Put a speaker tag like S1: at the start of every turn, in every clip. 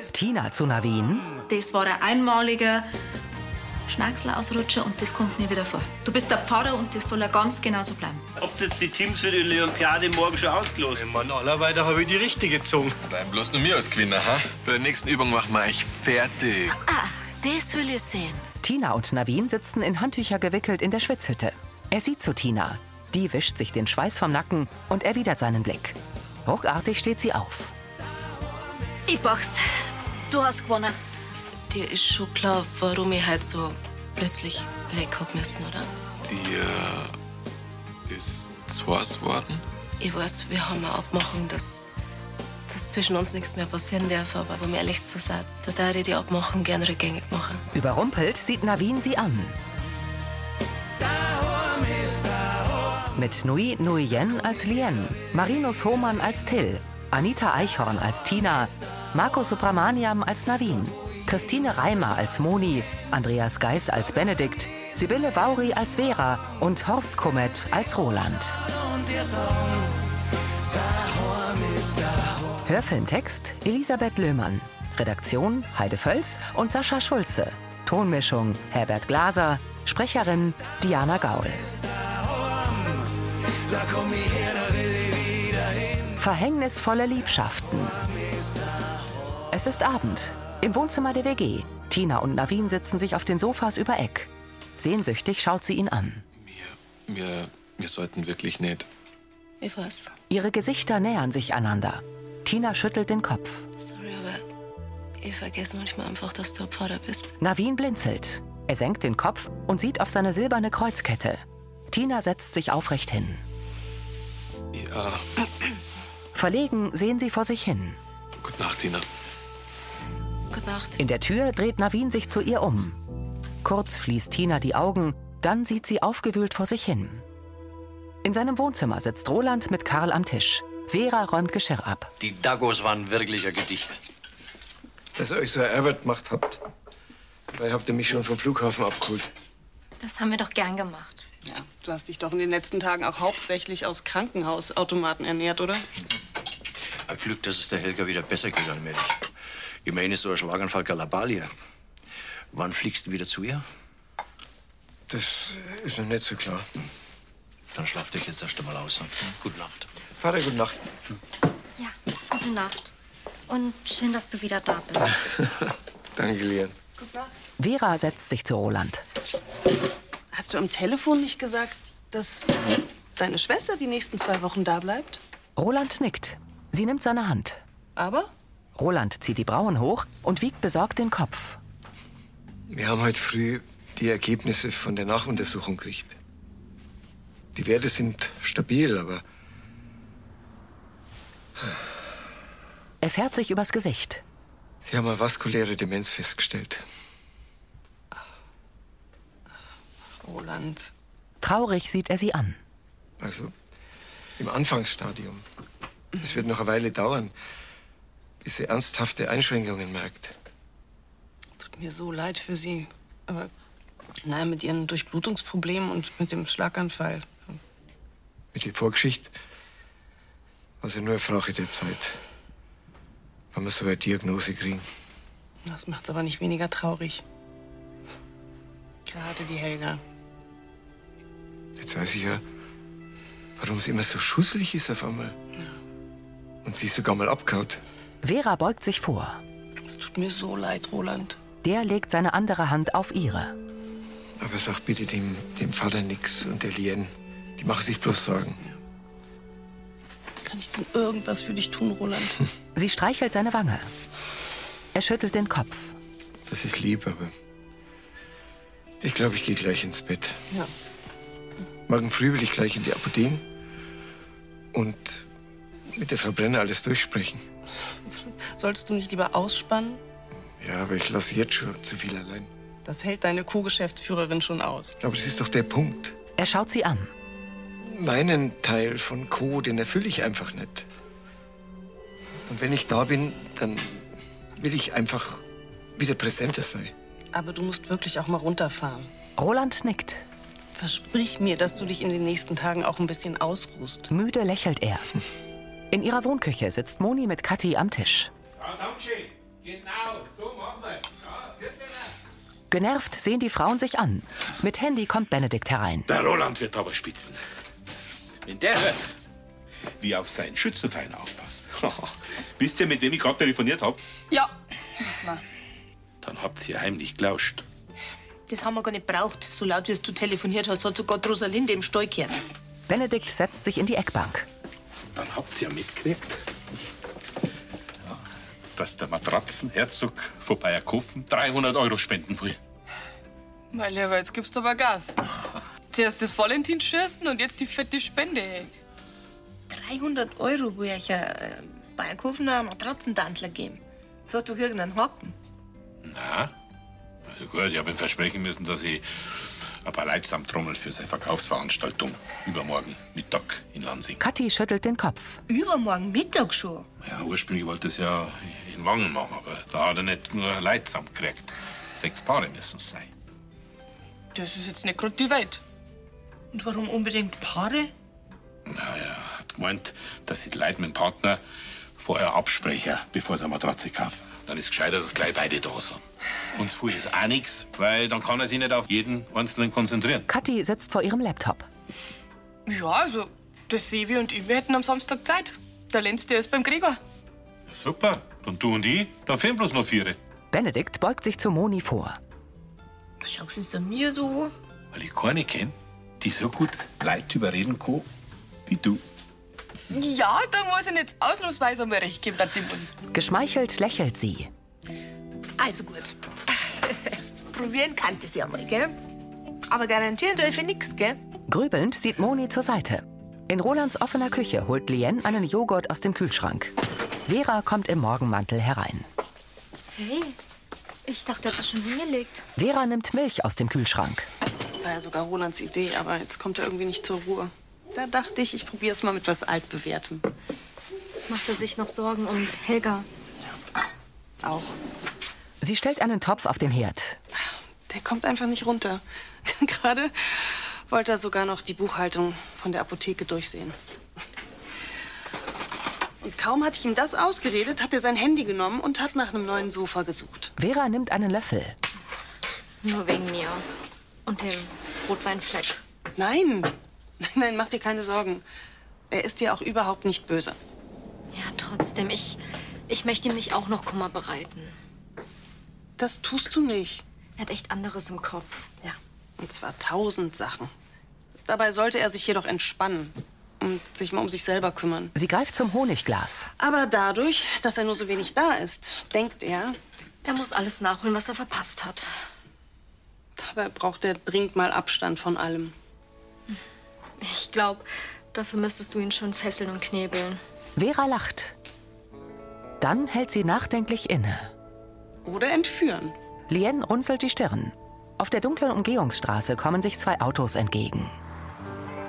S1: Christina zu Navin.
S2: Das war ein einmaliger Schnackselausrutscher und das kommt nie wieder vor. Du bist der Pfarrer und das soll ja ganz genauso bleiben.
S3: Ob jetzt die Teams für die Olympiade morgen schon ausgelost?
S4: Ich meine, allerweise habe ich die richtige gezogen.
S5: Bleiben bloß nur mir als Gewinner, ha? Bei der nächsten Übung machen wir euch fertig.
S6: Ah, das will ich sehen.
S1: Tina und Navin sitzen in Handtücher gewickelt in der Schwitzhütte. Er sieht zu Tina. Die wischt sich den Schweiß vom Nacken und erwidert seinen Blick. Ruckartig steht sie auf.
S6: Ich pack's. Du hast gewonnen.
S7: Dir ist schon klar, warum ich halt so plötzlich weg hab müssen, oder?
S5: Dir ist was worden?
S7: Ich weiß, wir haben eine Abmachung, dass, dass zwischen uns nichts mehr passieren darf, aber um ehrlich zu sein, da darf ich die Abmachung gerne rückgängig machen.
S1: Überrumpelt sieht Navin sie an. Mit Nui Nuyen als Lien, Marinus Hohmann als Till, Anita Eichhorn als Tina, Marco Subramaniam als Navin, Christine Reimer als Moni, Andreas Geis als Benedikt, Sibylle Vauri als Vera und Horst Kummet als Roland. Hörfilmtext Elisabeth Löhmann, Redaktion Heide Völz und Sascha Schulze, Tonmischung Herbert Glaser, Sprecherin Diana Gaul.
S8: Da komm ich her, da will ich wieder hin.
S1: Verhängnisvolle Liebschaften. Es ist Abend. Im Wohnzimmer der WG. Tina und Navin sitzen sich auf den Sofas über Eck. Sehnsüchtig schaut sie ihn an.
S5: Wir, wir, wir sollten wirklich nicht.
S7: Ich weiß.
S1: Ihre Gesichter nähern sich einander. Tina schüttelt den Kopf.
S7: Sorry, aber ich vergesse manchmal einfach, dass du ein Pfarrer bist.
S1: Navin blinzelt. Er senkt den Kopf und sieht auf seine silberne Kreuzkette. Tina setzt sich aufrecht hin.
S5: Ja,
S1: Verlegen sehen sie vor sich hin.
S5: gute Nacht, Tina.
S7: Gute Nacht.
S1: In der Tür dreht Navin sich zu ihr um. Kurz schließt Tina die Augen, dann sieht sie aufgewühlt vor sich hin. In seinem Wohnzimmer sitzt Roland mit Karl am Tisch. Vera räumt Geschirr ab.
S9: Die Dagos waren wirklich ein Gedicht.
S4: Dass ihr euch so erärgert gemacht habt. Weil habt ihr mich schon vom Flughafen abgeholt.
S10: Das haben wir doch gern gemacht.
S11: Ja, du hast dich doch in den letzten Tagen auch hauptsächlich aus Krankenhausautomaten ernährt, oder?
S9: Ein Glück, dass es der Helga wieder besser geht allmählich. Immerhin ist so ein Schlaganfall Galabalia. Wann fliegst du wieder zu ihr?
S4: Das ist noch nicht so klar.
S9: Dann schlaft euch jetzt erst einmal aus. hm? Gute Nacht.
S4: Vater, gute Nacht.
S10: Ja, gute Nacht. Und schön, dass du wieder da bist.
S4: Danke, Lian.
S1: Vera setzt sich zu Roland.
S11: Hast du am Telefon nicht gesagt, dass deine Schwester die nächsten zwei Wochen da bleibt?
S1: Roland nickt. Sie nimmt seine Hand.
S11: Aber?
S1: Roland zieht die Brauen hoch und wiegt besorgt den Kopf.
S4: Wir haben heute früh die Ergebnisse von der Nachuntersuchung gekriegt. Die Werte sind stabil, aber
S1: Er fährt sich übers Gesicht.
S4: sie haben eine vaskuläre Demenz festgestellt.
S11: Roland.
S1: Traurig sieht er sie an.
S4: Also im Anfangsstadium. Es wird noch eine Weile dauern, bis sie ernsthafte Einschränkungen merkt.
S11: Tut mir so leid für sie. Aber nein, mit ihren Durchblutungsproblemen und mit dem Schlaganfall.
S4: Mit der Vorgeschichte also nur eine Frage der Zeit. Wenn wir so eine Diagnose kriegen.
S11: Das macht's aber nicht weniger traurig. Gerade die Helga.
S4: Jetzt weiß ich ja, warum sie immer so schusselig ist auf einmal. Und sie ist sogar mal abgehaut.
S1: Vera beugt sich vor.
S11: Es tut mir so leid, Roland.
S1: Der legt seine andere Hand auf ihre.
S4: Aber sag bitte dem, dem Vater nix und der Lien. Die machen sich bloß Sorgen.
S11: Kann ich denn irgendwas für dich tun, Roland?
S1: Sie streichelt seine Wange. Er schüttelt den Kopf.
S4: Das ist lieb, aber ich glaube, ich gehe gleich ins Bett.
S11: Ja.
S4: Morgen früh will ich gleich in die Apotheke und mit der Verbrenner alles durchsprechen.
S11: Solltest du nicht lieber ausspannen?
S4: Ja, aber ich lasse jetzt schon zu viel allein.
S11: Das hält deine Co-Geschäftsführerin schon aus.
S4: Aber das ist doch der Punkt.
S1: Er schaut sie an.
S4: Meinen Teil von Co, den erfülle ich einfach nicht. Und wenn ich da bin, dann will ich einfach wieder präsenter sein.
S11: Aber du musst wirklich auch mal runterfahren.
S1: Roland nickt.
S11: Versprich mir, dass du dich in den nächsten Tagen auch ein bisschen ausruhst.
S1: Müde lächelt er. In ihrer Wohnküche sitzt Moni mit Kathi am Tisch.
S12: Genau, so machen wir es. Ja,
S1: Genervt sehen die Frauen sich an. Mit Handy kommt Benedikt herein.
S12: Der Roland wird aber spitzen. Wenn der hört, wie er auf seinen Schützenverein aufpasst. Wisst ihr, mit wem ich gerade telefoniert habe?
S13: Ja, wissen wir.
S12: Dann habt ihr heimlich gelauscht.
S14: Das haben wir gar nicht braucht. So laut, wie du telefoniert hast, hat sogar die Rosalinde im Stall gehört.
S1: Benedikt setzt sich in die Eckbank.
S12: Dann habt ihr mitgekriegt, dass der Matratzenherzog von Bayerkofen 300 Euro spenden will.
S13: Mein Lieber, jetzt gibst du aber Gas. Zuerst das Valentinschirsten und jetzt die fette Spende, hey.
S14: 300 Euro will ich äh, Bayerkofener Matratzendantler geben. Das hat doch irgendeinen Haken.
S12: Na? Also gut, ich habe ihm versprechen müssen, dass ich ein paar Leute zusammentrommel für seine Verkaufsveranstaltung. Übermorgen Mittag in Lansing.
S1: Kathi schüttelt den Kopf.
S14: Übermorgen Mittag schon.
S12: Ja, ursprünglich wollte es ja in Wangen machen, aber da hat er nicht nur Leute zusammengekriegt. Sechs Paare müssen es sein.
S13: Das ist jetzt nicht gerade die Welt.
S14: Und warum unbedingt Paare?
S12: Naja, hat gemeint, dass sie die Leute mit dem Partner vorher absprechen, bevor sie eine Matratze kaufen. Dann ist gescheiter, dass gleich beide da sind. Uns vorher ist auch nichts, weil dann kann er sich nicht auf jeden Einzelnen konzentrieren.
S1: Kathi sitzt vor ihrem Laptop.
S13: Ja, also, das Sevi und ich, wir hätten am Samstag Zeit. Der Lenz, der ist beim Gregor.
S12: Super, dann du und ich, dann fehlen bloß noch vier.
S1: Benedikt beugt sich zu Moni vor.
S14: Was schaust du jetzt an mir so?
S12: Weil ich keine kenne, die so gut Leute überreden kann, wie du.
S13: Ja, da muss ich jetzt ausnahmsweise mal recht geben, dat Dimon.
S1: Geschmeichelt lächelt sie.
S14: Also gut. Probieren kann das ja mal, gell? Aber garantieren darf ich nichts, gell?
S1: Grübelnd sieht Moni zur Seite. In Rolands offener Küche holt Lien einen Joghurt aus dem Kühlschrank. Vera kommt im Morgenmantel herein.
S10: Hey, ich dachte, er hat das schon hingelegt.
S1: Vera nimmt Milch aus dem Kühlschrank.
S11: War ja sogar Rolands Idee, aber jetzt kommt er irgendwie nicht zur Ruhe. Da dachte ich, ich probiere es mal mit was Altbewährtem.
S10: Macht er sich noch Sorgen um Helga?
S11: Auch.
S1: Sie stellt einen Topf auf den Herd.
S11: Der kommt einfach nicht runter. Gerade wollte er sogar noch die Buchhaltung von der Apotheke durchsehen. Und kaum hatte ich ihm das ausgeredet, hat er sein Handy genommen und hat nach einem neuen Sofa gesucht.
S1: Vera nimmt einen Löffel.
S10: Nur wegen mir. Und dem Rotweinfleck.
S11: Nein, nein, nein, mach dir keine Sorgen. Er ist dir auch überhaupt nicht böse.
S10: Ja, trotzdem, ich, ich möchte ihm nicht auch noch Kummer bereiten.
S11: Das tust du nicht.
S10: Er hat echt anderes im Kopf.
S11: Ja, und zwar tausend Sachen. Dabei sollte er sich jedoch entspannen und sich mal um sich selber kümmern.
S1: Sie greift zum Honigglas.
S11: Aber dadurch, dass er nur so wenig da ist, denkt er,
S10: Er muss alles nachholen, was er verpasst hat.
S11: dabei braucht er dringend mal Abstand von allem.
S10: Ich glaube, dafür müsstest du ihn schon fesseln und knebeln.
S1: Vera lacht. Dann hält sie nachdenklich inne.
S11: Oder entführen.
S1: Lien runzelt die Stirn. Auf der dunklen Umgehungsstraße kommen sich zwei Autos entgegen.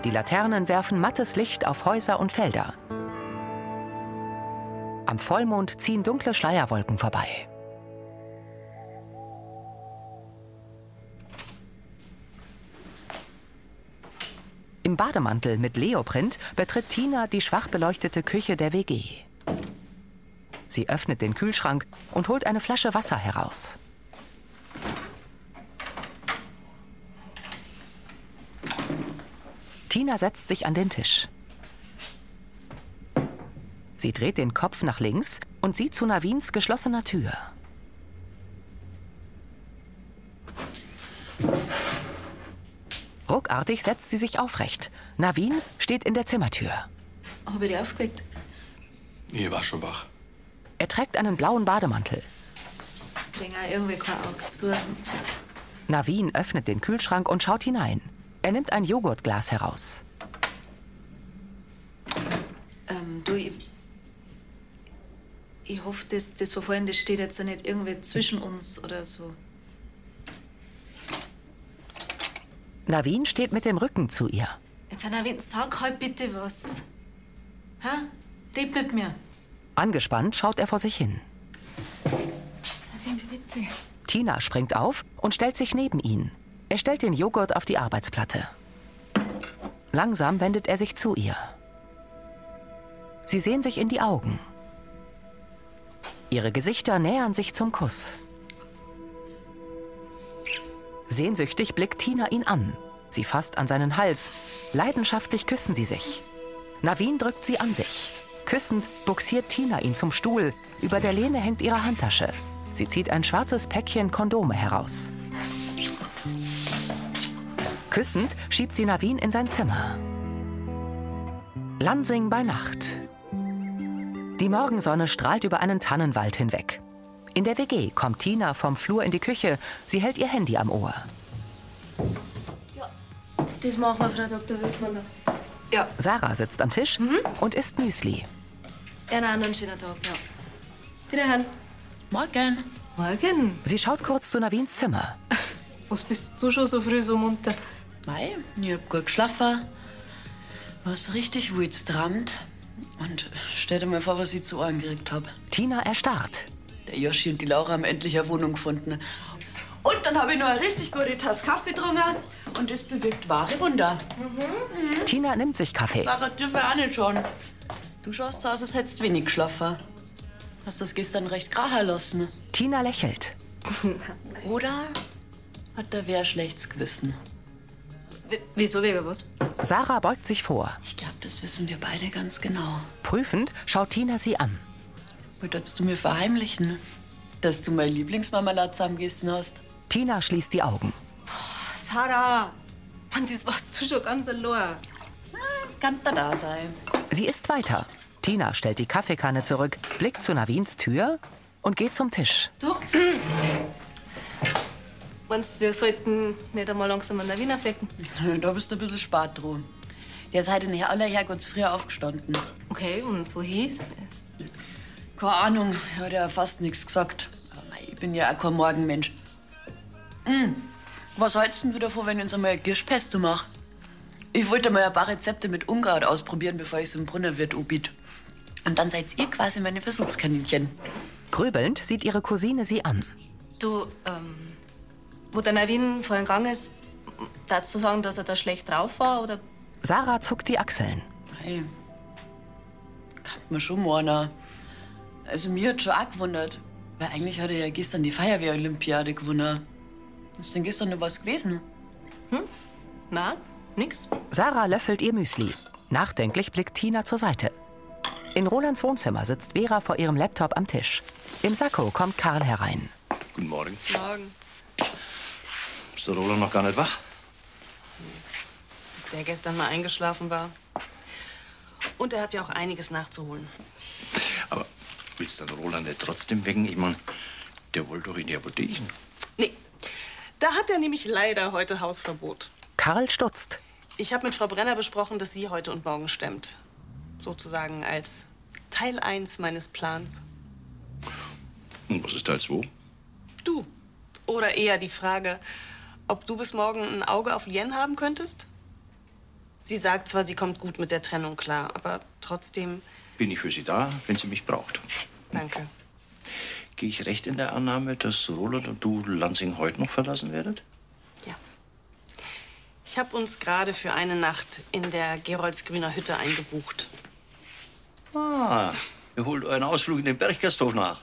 S1: Die Laternen werfen mattes Licht auf Häuser und Felder. Am Vollmond ziehen dunkle Schleierwolken vorbei. Im Bademantel mit Leoprint betritt Tina die schwach beleuchtete Küche der WG. Sie öffnet den Kühlschrank und holt eine Flasche Wasser heraus. Tina setzt sich an den Tisch. Sie dreht den Kopf nach links und sieht zu Navins geschlossener Tür. Ruckartig setzt sie sich aufrecht. Navin steht in der Zimmertür.
S7: Hab ich dich aufgeweckt?
S5: Ich war schon wach.
S1: Er trägt einen blauen Bademantel.
S7: Bring auch irgendwie kein Auge zu.
S1: Navin öffnet den Kühlschrank und schaut hinein. Er nimmt ein Joghurtglas heraus.
S7: Ähm, du, ich, ich hoffe, das, das von vorhin, das steht jetzt nicht irgendwie zwischen uns oder so.
S1: Navin steht mit dem Rücken zu ihr.
S7: Jetzt, Anna, Wind, sag halt bitte was. Hä? Red mit mir.
S1: Angespannt schaut er vor sich hin.
S7: Anna, bitte.
S1: Tina springt auf und stellt sich neben ihn. Er stellt den Joghurt auf die Arbeitsplatte. Langsam wendet er sich zu ihr. Sie sehen sich in die Augen. Ihre Gesichter nähern sich zum Kuss. Sehnsüchtig blickt Tina ihn an. Sie fasst an seinen Hals. Leidenschaftlich küssen sie sich. Navin drückt sie an sich. Küssend buxiert Tina ihn zum Stuhl. Über der Lehne hängt ihre Handtasche. Sie zieht ein schwarzes Päckchen Kondome heraus. Küssend schiebt sie Navin in sein Zimmer. Lansing bei Nacht. Die Morgensonne strahlt über einen Tannenwald hinweg. In der WG kommt Tina vom Flur in die Küche. Sie hält ihr Handy am Ohr.
S7: Das machen wir, Frau Dr. Wilswaller.
S1: Sarah sitzt am Tisch und isst Müsli.
S7: Einen anderen schönen Tag, ja. Wiederhören. Morgen. Morgen.
S1: Sie schaut kurz zu Navins Zimmer.
S15: Was bist du schon so früh so munter? Mei, ich hab gut geschlafen, was richtig wütend dran und stell dir mal vor, was ich zu Ohren gekriegt hab.
S1: Tina erstarrt.
S15: Der Joschi und die Laura haben endlich eine Wohnung gefunden.
S16: Und dann habe ich noch eine richtig gute Tasse Kaffee getrunken und das bewirkt wahre Wunder.
S1: Tina nimmt sich Kaffee.
S15: Sarah dürfen wir auch nicht schon. Du schaust so aus, als hättest wenig geschlafen. Hast das gestern recht krachen lassen.
S1: Tina lächelt.
S15: Oder hat da wer schlechtes Gewissen?
S2: Wieso, wegen was?
S1: Sarah beugt sich vor.
S15: Das wissen wir beide ganz genau.
S1: Prüfend schaut Tina sie an.
S15: Wolltest du mir verheimlichen, dass du meine Lieblingsmarmelade zusammengegessen hast?
S1: Tina schließt die Augen.
S2: Sarah, Mann, das warst du schon ganz allein.
S15: Kann da da sein.
S1: Sie isst weiter. Tina stellt die Kaffeekanne zurück, blickt zu Navins Tür und geht zum Tisch.
S7: Du? Meinst du, wir sollten nicht einmal langsam an der Wiener flecken?
S15: Da bist du ein bisschen spart dran. Der ist heute in aller Herrgotts früher aufgestanden.
S7: Okay, und wohin?
S15: Keine Ahnung, er hat ja fast nichts gesagt. Aber mei, ich bin ja auch kein Morgenmensch. Hm, was hältst du denn davor, wenn ich uns einmal eine Kirschpesto mache? Ich wollte mal ein paar Rezepte mit Unkraut ausprobieren, bevor ich es im Brunner wird obiet. Und dann seid ihr quasi meine Versuchskaninchen.
S1: Grübelnd sieht ihre Cousine sie an.
S7: Du, ähm, wo der Navin vorhin gegangen ist, darfst du sagen, dass er da schlecht drauf war? Oder
S1: Sarah zuckt die Achseln.
S15: Hey. Kann man schon morgen. Also mir hat schon auch gewundert. Weil eigentlich hat er ja gestern die Feuerwehr-Olympiade gewonnen. Ist denn gestern noch was gewesen? Hm?
S7: Na, nix.
S1: Sarah löffelt ihr Müsli. Nachdenklich blickt Tina zur Seite. In Rolands Wohnzimmer sitzt Vera vor ihrem Laptop am Tisch. Im Sakko kommt Karl herein.
S9: Guten Morgen.
S7: Morgen.
S9: Ist der Roland noch gar nicht wach?
S11: dass der gestern mal eingeschlafen war. Und er hat ja auch einiges nachzuholen.
S9: Aber willst du den Roland nicht trotzdem wecken? Ich mein, der wollte doch in die Apotheke.
S11: Da hat er nämlich leider heute Hausverbot.
S1: Karl stutzt.
S11: Ich habe mit Frau Brenner besprochen, dass sie heute und morgen stemmt. Sozusagen als Teil 1 meines Plans.
S9: Und was ist da als wo?
S11: Du. Oder eher die Frage, ob du bis morgen ein Auge auf Lien haben könntest? Sie sagt zwar, sie kommt gut mit der Trennung klar, aber trotzdem,
S9: Bin ich für Sie da, wenn Sie mich braucht?
S11: danke.
S9: Gehe ich recht in der Annahme, dass Roland und du Lansing heute noch verlassen werdet?
S11: Ich habe uns gerade für eine Nacht in der Geroldsgrüner Hütte eingebucht.
S9: Ah, ihr holt euren Ausflug in den Berggasthof nach.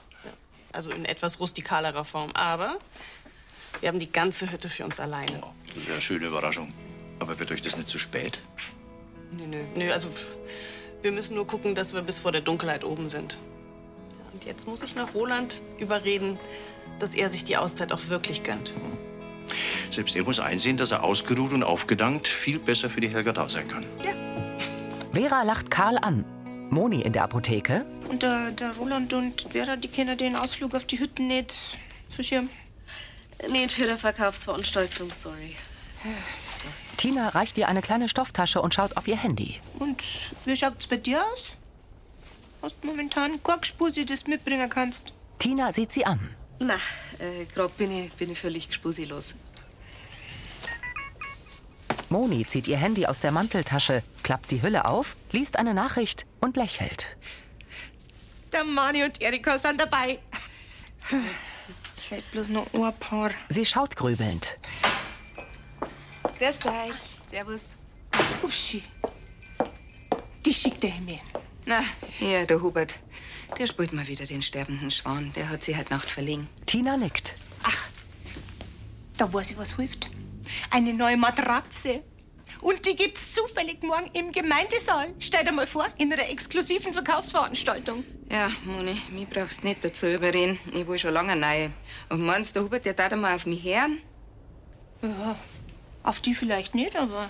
S11: Also in etwas rustikalerer Form. Aber wir haben die ganze Hütte für uns alleine.
S9: Das ist ja eine schöne Überraschung. Aber wird euch das nicht zu spät?
S11: Nö, nö, nö. Also pff, wir müssen nur gucken, dass wir bis vor der Dunkelheit oben sind. Ja, Und jetzt muss ich noch Roland überreden, dass er sich die Auszeit auch wirklich gönnt.
S9: Selbst er muss einsehen, dass er ausgeruht und aufgedankt viel besser für die Helga da sein kann.
S1: Vera lacht Karl an. Moni in der Apotheke.
S17: Und der, der Roland und Vera, die kennen den Ausflug auf die Hütten nicht verschirmen.
S7: Nicht für die Verkaufsveranstaltung, sorry.
S1: Tina reicht ihr eine kleine Stofftasche und schaut auf ihr Handy.
S17: Und wie schaut's bei dir aus? Hast momentan keine Spur, die du das mitbringen kannst.
S1: Tina sieht sie an.
S6: Na, äh, grad bin ich, bin ich völlig gespusilos.
S1: Moni zieht ihr Handy aus der Manteltasche, klappt die Hülle auf, liest eine Nachricht und lächelt.
S17: Der Mani und Erika sind dabei. Fällt bloß noch ein Paar.
S1: Sie schaut grübelnd.
S17: Grüß euch. Servus. Uschi. Die schickt er mir.
S13: Na,
S18: Ja, der Hubert, der spielt mal wieder den sterbenden Schwan. Der hat sie heute Nacht verlegen.
S1: Tina nickt.
S14: Da weiß ich, was hilft. Eine neue Matratze. Und die gibt's zufällig morgen im Gemeindesaal. Stell dir mal vor, in einer exklusiven Verkaufsveranstaltung.
S18: Ja, Moni, mich brauchst nicht dazu überreden. Ich will schon lange eine neue. Und meinst der Hubert, der darf mal auf mich her?
S14: Ja, auf die vielleicht nicht, aber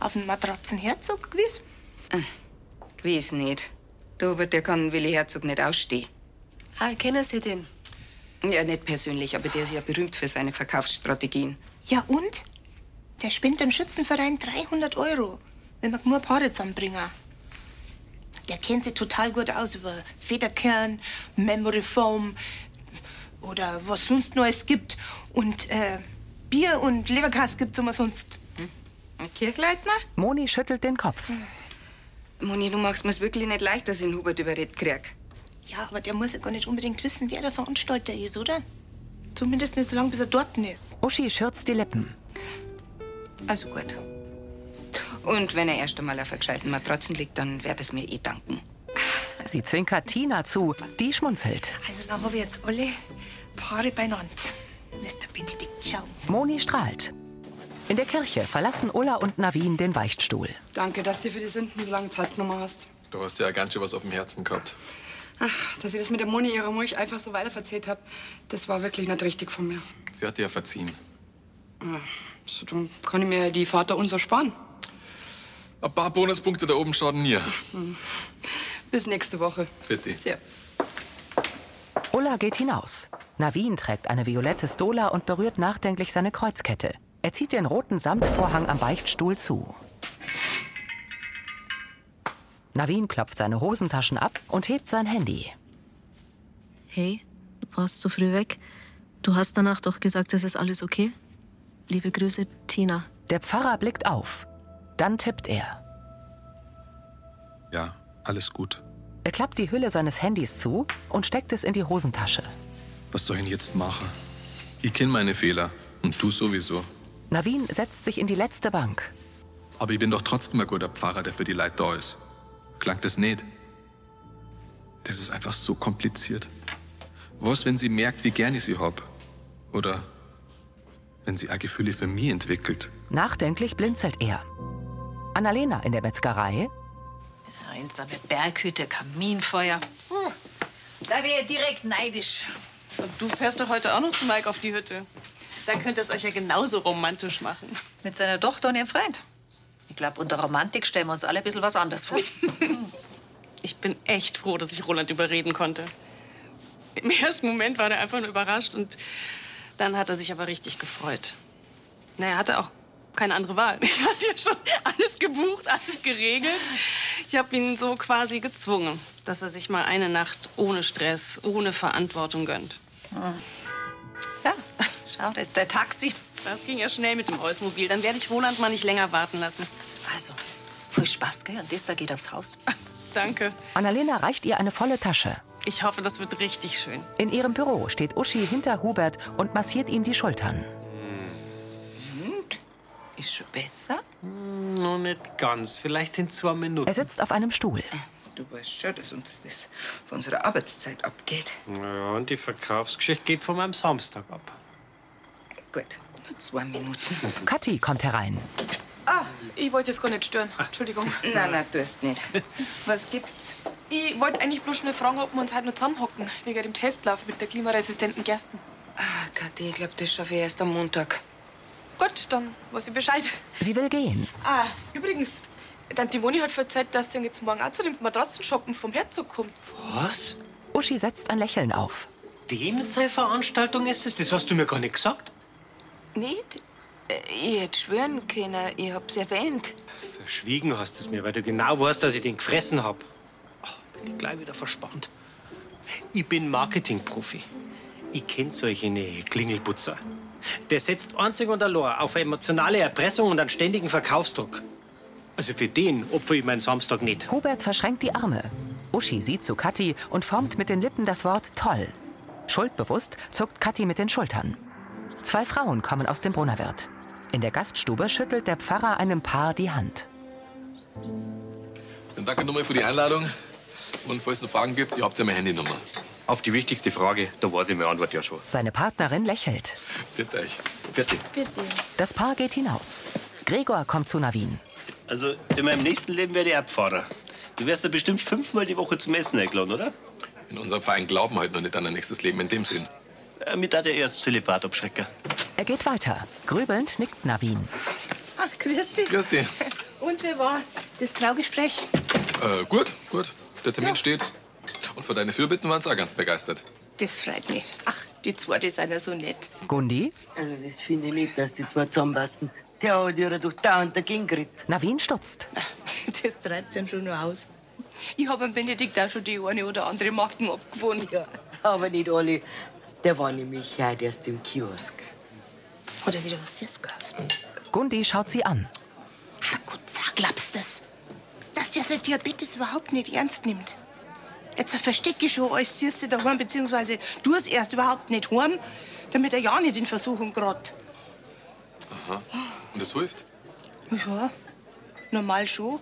S14: auf den Matratzenherzog gewiss.
S18: Ah, Gewiss nicht. Der Hubert, der kann Willi Herzog nicht ausstehen.
S7: Ah, kennen Sie den?
S18: Ja, nicht persönlich, aber der ist ja berühmt für seine Verkaufsstrategien.
S14: Ja, und? Der spendet dem Schützenverein 300 Euro, wenn wir nur Paare zusammenbringen. Der kennt sich total gut aus über Federkern, Memory Foam oder was sonst Neues gibt. Und äh, Bier und Leberkas gibt's immer sonst.
S18: Kirchleitner?
S1: Moni schüttelt den Kopf.
S18: Moni, du machst mir's wirklich nicht leicht, dass ich den Hubert überredet krieg.
S14: Ja, aber der muss ja gar nicht unbedingt wissen, wer der Veranstalter ist, oder? Zumindest nicht so lange, bis er dort ist.
S1: Uschi schürzt die Lippen.
S18: Also gut. Und wenn er erst einmal auf einer gescheiten Matratzen liegt, dann wird es mir eh danken.
S1: Sie zwinkert Tina zu, die schmunzelt.
S14: Also, dann habe ich jetzt alle Paare beieinander. Netter Benedikt, schau.
S1: Moni strahlt. In der Kirche verlassen Ulla und Navin den Beichtstuhl.
S19: Danke, dass du dir für die Sünden so lange Zeit genommen hast.
S5: Du hast ja ganz schön was auf dem Herzen gehabt.
S19: Ach, dass ich das mit der Moni ihrer Mulch einfach so weiterverzählt habe, das war wirklich nicht richtig von mir.
S5: Sie hat dir ja verziehen.
S19: Ah, So, dann kann ich mir die Vater unser sparen.
S5: Ein paar Bonuspunkte da oben schaden nie.
S19: Hm. Bis nächste Woche.
S5: Bitte.
S19: Servus.
S1: Ulla geht hinaus. Navin trägt eine violette Stola und berührt nachdenklich seine Kreuzkette. Er zieht den roten Samtvorhang am Beichtstuhl zu. Navin klopft seine Hosentaschen ab und hebt sein Handy.
S20: Hey, du warst so früh weg. Du hast danach doch gesagt, es ist alles okay. Liebe Grüße, Tina.
S1: Der Pfarrer blickt auf. Dann tippt er.
S21: Ja, alles gut.
S1: Er klappt die Hülle seines Handys zu und steckt es in die Hosentasche.
S5: Was soll ich denn jetzt machen? Ich kenne meine Fehler. Und du sowieso.
S1: Navin setzt sich in die letzte Bank.
S5: Aber ich bin doch trotzdem ein guter Pfarrer, der für die Leute da ist. Klangt das nicht? Das ist einfach so kompliziert. Was, wenn sie merkt, wie gern ich sie hab? Oder wenn sie auch Gefühle für mich entwickelt?
S1: Nachdenklich blinzelt er. Annalena in der Metzgerei.
S6: Einsame Berghütte, Kaminfeuer. Hm, Da wäre ich direkt neidisch.
S11: Und du fährst doch heute auch noch zu Mike auf die Hütte. Da könnt ihr es euch ja genauso romantisch machen.
S6: Mit seiner Tochter und ihrem Freund. Ich glaube, unter Romantik stellen wir uns alle ein bisschen was anderes vor.
S11: Ich bin echt froh, dass ich Roland überreden konnte. Im ersten Moment war er einfach nur überrascht und dann hat er sich aber richtig gefreut. Na, er hatte auch keine andere Wahl. Ich hatte ja schon alles gebucht, alles geregelt. Ich habe ihn so quasi gezwungen, dass er sich mal eine Nacht ohne Stress, ohne Verantwortung gönnt.
S6: Ja, schau, da ist der Taxi.
S11: Das ging ja schnell mit dem Oldsmobil. Dann werde ich Roland mal nicht länger warten lassen.
S6: Also, viel Spaß, gell? Und das da geht aufs Haus.
S11: Danke.
S1: Annalena reicht ihr eine volle Tasche.
S11: Ich hoffe, das wird richtig schön.
S1: In ihrem Büro steht Uschi hinter Hubert und massiert ihm die Schultern.
S11: Hm,
S18: Ist schon besser.
S22: Hm, Noch nicht ganz, vielleicht in zwei Minuten.
S1: Er sitzt auf einem Stuhl.
S18: Du weißt schon, dass uns das von unserer Arbeitszeit abgeht.
S22: Ja, und die Verkaufsgeschichte geht von meinem Samstag ab.
S18: Gut, nur zwei Minuten.
S1: Kathi kommt herein.
S13: Ah, ich wollte jetzt gar nicht stören. Entschuldigung.
S18: Ah. Nein, nein, du hast nicht. Was gibt's?
S13: Ich wollte eigentlich bloß schnell fragen, ob wir uns heute noch zusammenhocken, wegen dem Testlauf mit der klimaresistenten Gersten.
S18: Ah, Kathi, ich glaube, das schaffe ich erst am Montag.
S13: Gut, dann weiß ich Bescheid.
S1: Sie will gehen.
S13: Ah, übrigens, Tante Moni hat verzeiht, dass sie jetzt morgen auch zu dem Matratzenshoppen vom Herzog kommt.
S22: Was?
S1: Uschi setzt ein Lächeln auf.
S22: Dem seine Veranstaltung ist es? Das hast du mir gar nicht gesagt.
S18: Nicht? Äh, Ich hätte schwören können, ich hab's erwähnt.
S22: Verschwiegen hast du es mir, weil du genau weißt, dass ich den gefressen hab. Ach, bin ich gleich wieder verspannt. Ich bin Marketingprofi. Ich kenn solche ne, Klingelputzer. Der setzt einzig und allein auf eine emotionale Erpressung und einen ständigen Verkaufsdruck. Also für den opfer ich meinen Samstag nicht.
S1: Hubert verschränkt die Arme. Uschi sieht zu Kathi und formt mit den Lippen das Wort toll. Schuldbewusst zuckt Kathi mit den Schultern. Zwei Frauen kommen aus dem Brunnerwirt. In der Gaststube schüttelt der Pfarrer einem Paar die Hand.
S5: Dann danke nochmal für die Einladung. Und falls es noch Fragen gibt, ihr habt ja meine Handynummer.
S23: Auf die wichtigste Frage, da weiß ich meine Antwort ja schon.
S1: Seine Partnerin lächelt.
S23: Bitte euch. Bitte.
S1: Das Paar geht hinaus. Gregor kommt zu Navin.
S22: Also in meinem nächsten Leben werde ich Abfahrer. Du wirst ja bestimmt fünfmal die Woche zum Essen eingeladen, oder?
S5: In unserem Verein glauben halt noch nicht an ein nächstes Leben in dem Sinn.
S22: Äh, mit der erst Zölibat abschrecken.
S1: Er geht weiter. Grübelnd nickt Navin.
S14: Ach, grüß dich.
S5: Grüß dich.
S14: Ah, Und wie war das Traugespräch?
S5: Äh, gut, gut. Der Termin steht. Und für deine Fürbitten waren sie auch ganz begeistert.
S14: Das freut mich. Ach, die zweite ist einer so nett.
S1: Gundi?
S24: Also, das finde ich nicht, dass die zwei zusammenpassen. Der hat ihre doch da und dagegen geredet.
S1: Navin stutzt.
S14: Das treibt dann schon noch aus. Ich habe am Benedikt auch schon die eine oder andere Marken abgewonnen.
S24: Aber nicht alle. Der war nämlich heute erst im Kiosk.
S14: Oder wieder was jetzt gehabt.
S1: Gundi schaut sie an.
S14: Glaubst du's? Dass der sein Diabetes überhaupt nicht ernst nimmt. Jetzt verstecke ich schon alles Süße daheim, beziehungsweise du es erst überhaupt nicht heim, damit er ja nicht in Versuchung gerät.
S5: Aha. Und das hilft?
S14: Ja, normal schon.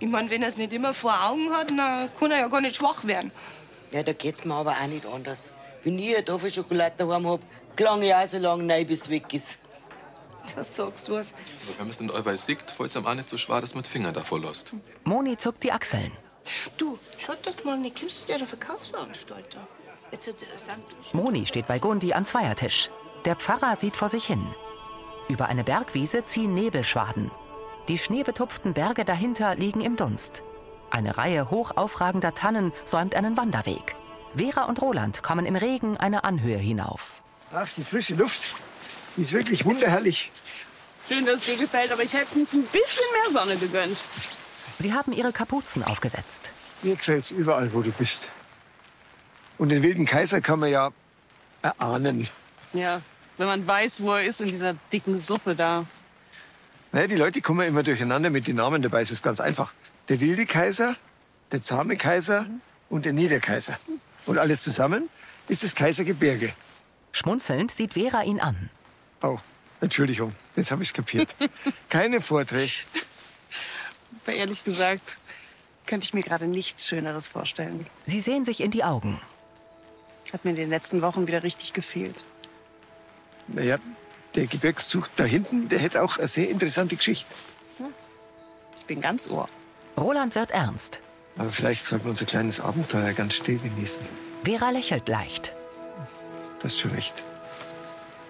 S14: Ich meine, wenn er es nicht immer vor Augen hat, dann kann er ja gar nicht schwach werden.
S24: Ja, da geht's mir aber auch nicht anders. Wenn ich eine Tafel Schokolade daheim hab, klang ich auch so lange rein, bis es weg ist.
S14: Da sagst du was.
S5: Aber wenn man es denn allweil sieht, fällt es am auch nicht so schwer, dass man die Finger davor lässt.
S1: Moni zuckt die Achseln.
S14: Du, schaut das mal, nicht kommst du der Verkaufsveranstalter. Jetzt äh, hat er gesagt,
S1: Moni steht bei Gundi am Zweiertisch. Der Pfarrer sieht vor sich hin. Über eine Bergwiese ziehen Nebelschwaden. Die schneebetupften Berge dahinter liegen im Dunst. Eine Reihe hoch aufragender Tannen säumt einen Wanderweg. Vera und Roland kommen im Regen eine Anhöhe hinauf.
S4: Ach, die frische Luft. Die ist wirklich wunderherrlich.
S11: Schön, dass dir gefällt, aber ich hätte uns ein bisschen mehr Sonne gegönnt.
S1: Sie haben ihre Kapuzen aufgesetzt.
S4: Mir gefällt's überall, wo du bist. Und den wilden Kaiser kann man ja erahnen.
S11: Ja, wenn man weiß, wo er ist in dieser dicken Suppe da.
S4: Naja, Ne, die Leute kommen immer durcheinander mit den Namen, dabei ist es ganz einfach. Der wilde Kaiser, der zahme Kaiser und der Niederkaiser. Und alles zusammen ist das Kaisergebirge.
S1: Schmunzelnd sieht Vera ihn an.
S4: Oh, Entschuldigung, jetzt habe ich es kapiert. Keine Vorträge.
S11: Aber ehrlich gesagt, könnte ich mir gerade nichts Schöneres vorstellen.
S1: Sie sehen sich in die Augen.
S11: Hat mir in den letzten Wochen wieder richtig gefehlt.
S4: Naja, der Gebirgszug da hinten, der hätte auch eine sehr interessante Geschichte.
S11: Ich bin ganz ohr.
S1: Roland wird ernst.
S4: Aber vielleicht sollten wir unser kleines Abenteuer ganz still genießen.
S1: Vera lächelt leicht.
S4: Das ist schon recht.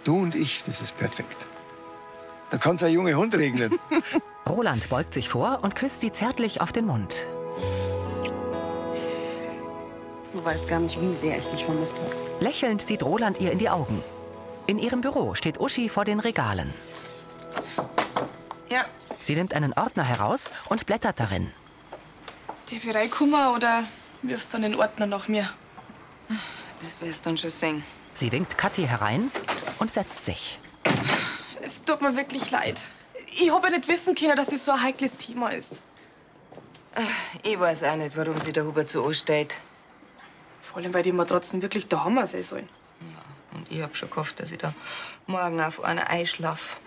S4: Du und ich, das ist perfekt. Da kann es ein junge Hund regnen.
S1: Roland beugt sich vor und küsst sie zärtlich auf den Mund.
S11: Du weißt gar nicht, wie sehr ich dich vermisst habe.
S1: Lächelnd sieht Roland ihr in die Augen. In ihrem Büro steht Uschi vor den Regalen.
S25: Ja,
S1: Sie nimmt einen Ordner heraus und blättert darin.
S13: Darf ich reinkommen oder wirfst du den Ordner nach mir?
S18: Das wirst du dann schon sehen.
S1: Sie winkt Kathi herein und setzt sich.
S13: Es tut mir wirklich leid. Ich habe ja nicht wissen können, dass das so ein heikles Thema ist.
S18: Ich weiß auch nicht, warum sich der Hubert so anstellt.
S13: Vor allem, weil die mir trotzdem wirklich der Hammer sein sollen.
S18: Und ich hab schon gehofft, dass ich da morgen auf einer einschlaf.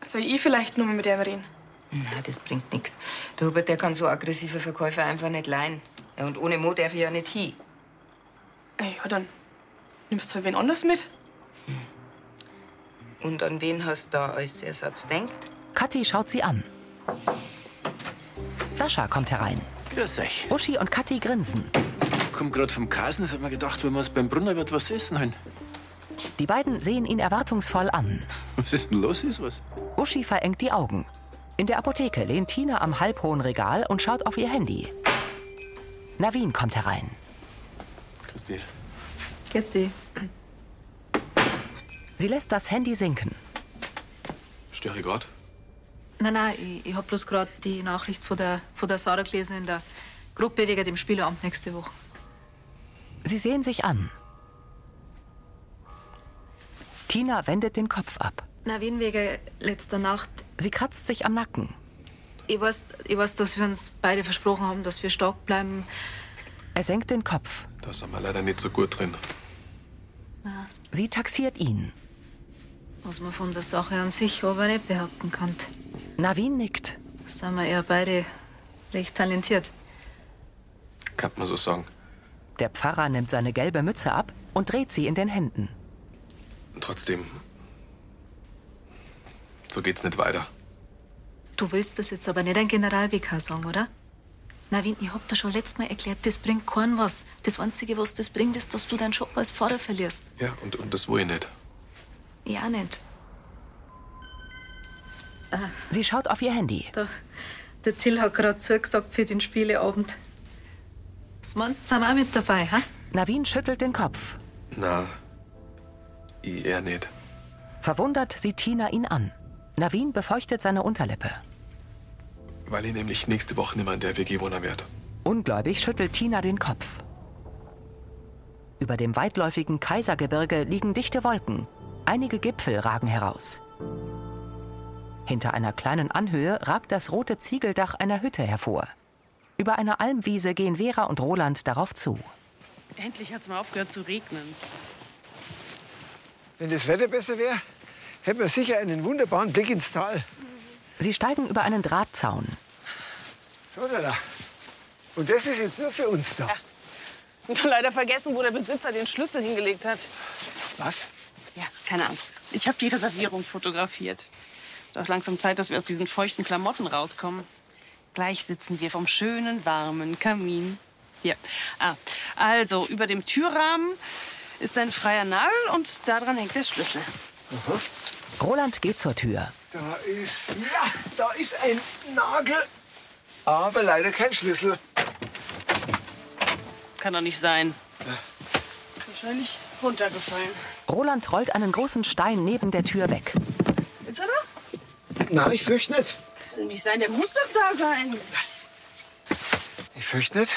S13: Soll ich vielleicht nur mal mit ihm reden?
S18: Na, das bringt nichts. Der Hubert, der kann so aggressive Verkäufer einfach nicht leihen. Ja, und ohne Mo darf ich ja nicht hin.
S13: Ey, ja, dann nimmst du halt wen anders mit.
S18: Hm. Und an wen hast du da als Ersatz denkt?
S1: Kathi schaut sie an. Sascha kommt herein.
S22: Grüß euch. Oh,
S1: Uschi und Kathi grinsen.
S22: Komm gerade vom Kasen, jetzt hab mir gedacht, wenn wir uns beim Brunner wird was essen holen.
S1: Die beiden sehen ihn erwartungsvoll an.
S22: Was ist denn los? Ist was?
S1: Uschi verengt die Augen. In der Apotheke lehnt Tina am halbhohen Regal und schaut auf ihr Handy. Navin kommt herein.
S5: Christi.
S18: Christi.
S1: Sie lässt das Handy sinken.
S5: Stör ich grad?
S7: Nein, nein, ich, ich hab bloß gerade die Nachricht von der, von der Sarah gelesen in der Gruppe wegen dem Spieleramt nächste Woche.
S1: Sie sehen sich an. Tina wendet den Kopf ab.
S7: Na, wen wegen letzter Nacht.
S1: Sie kratzt sich am Nacken.
S7: Ich weiß, ich weiß, dass wir uns beide versprochen haben, dass wir stark bleiben.
S1: Er senkt den Kopf.
S5: Da sind wir leider nicht so gut drin.
S1: Sie taxiert ihn.
S7: Was man von der Sache an sich aber nicht behaupten kann.
S1: Navin nickt.
S7: Da sind wir ja beide Recht talentiert.
S5: Kann man so sagen.
S1: Der Pfarrer nimmt seine gelbe Mütze ab und dreht sie in den Händen.
S5: Und trotzdem. So geht's nicht weiter.
S7: Du willst das jetzt aber nicht ein Generalvikar sagen, oder? Navin, ich hab dir schon letztes Mal erklärt, das bringt kein was. Das Einzige, was das bringt, ist, dass du deinen Job als Pfarrer verlierst.
S5: Ja, und, und das will ich nicht.
S7: Ich auch nicht. Ah,
S1: Sie schaut auf ihr Handy.
S7: da, der Till hat gerade zugesagt für den Spieleabend. Was meinst du, sind wir auch mit dabei, hä?
S1: Navin schüttelt den Kopf.
S5: Na, ich eher nicht.
S1: Verwundert sieht Tina ihn an. Navin befeuchtet seine Unterlippe.
S5: Weil ich nämlich nächste Woche nicht mehr in der WG wohnen werde.
S1: Ungläubig schüttelt Tina den Kopf. Über dem weitläufigen Kaisergebirge liegen dichte Wolken. Einige Gipfel ragen heraus. Hinter einer kleinen Anhöhe ragt das rote Ziegeldach einer Hütte hervor. Über einer Almwiese gehen Vera und Roland darauf zu.
S11: Endlich hat's mal aufgehört zu regnen.
S4: Wenn das Wetter besser wäre, hätten wir sicher einen wunderbaren Blick ins Tal.
S1: Sie steigen über einen Drahtzaun.
S4: So, da, da. Und das ist jetzt nur für uns da.
S11: Und leider vergessen, wo der Besitzer den Schlüssel hingelegt hat.
S4: Was?
S11: Ja, keine Angst. Ich habe die Reservierung fotografiert. Doch langsam Zeit, dass wir aus diesen feuchten Klamotten rauskommen. Gleich sitzen wir vom schönen, warmen Kamin. Hier. Ah, also, über dem Türrahmen ist ein freier Nagel und daran hängt der Schlüssel.
S1: Roland geht zur Tür.
S4: Da ist. Ja, da ist ein Nagel. Aber leider kein Schlüssel.
S11: Kann doch nicht sein. Wahrscheinlich runtergefallen.
S1: Roland rollt einen großen Stein neben der Tür weg.
S11: Ist er da?
S4: Na, ich fürchte nicht.
S11: Kann nicht sein, der muss doch da sein.
S4: Ich fürchte nicht.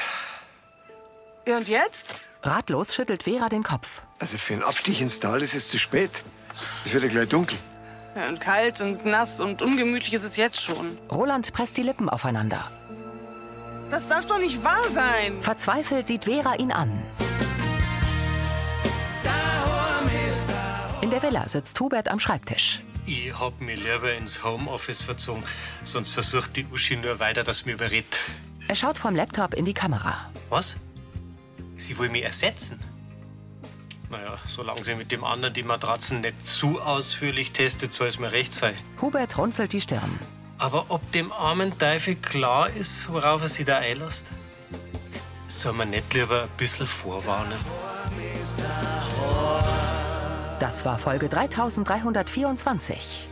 S11: Ja, und jetzt?
S1: Ratlos schüttelt Vera den Kopf.
S4: Also für einen Abstieg ins Tal ist es zu spät. Es wird ja gleich dunkel.
S11: Ja, und kalt und nass und ungemütlich ist es jetzt schon.
S1: Roland presst die Lippen aufeinander.
S11: Das darf doch nicht wahr sein.
S1: Verzweifelt sieht Vera ihn an. In der Villa sitzt Hubert am Schreibtisch.
S22: Ich hab mich lieber ins Homeoffice verzogen, sonst versucht die Uschi nur weiter, dass sie mich überredet.
S1: Er schaut vom Laptop in die Kamera.
S22: Was? Sie will mich ersetzen? Naja, solange sie mit dem anderen die Matratzen nicht zu ausführlich testet, soll es mir recht sein.
S1: Hubert runzelt die Stirn.
S22: Aber ob dem armen Teufel klar ist, worauf er sich da einlässt? Soll man nicht lieber ein bisschen vorwarnen?
S1: Das war Folge 3324.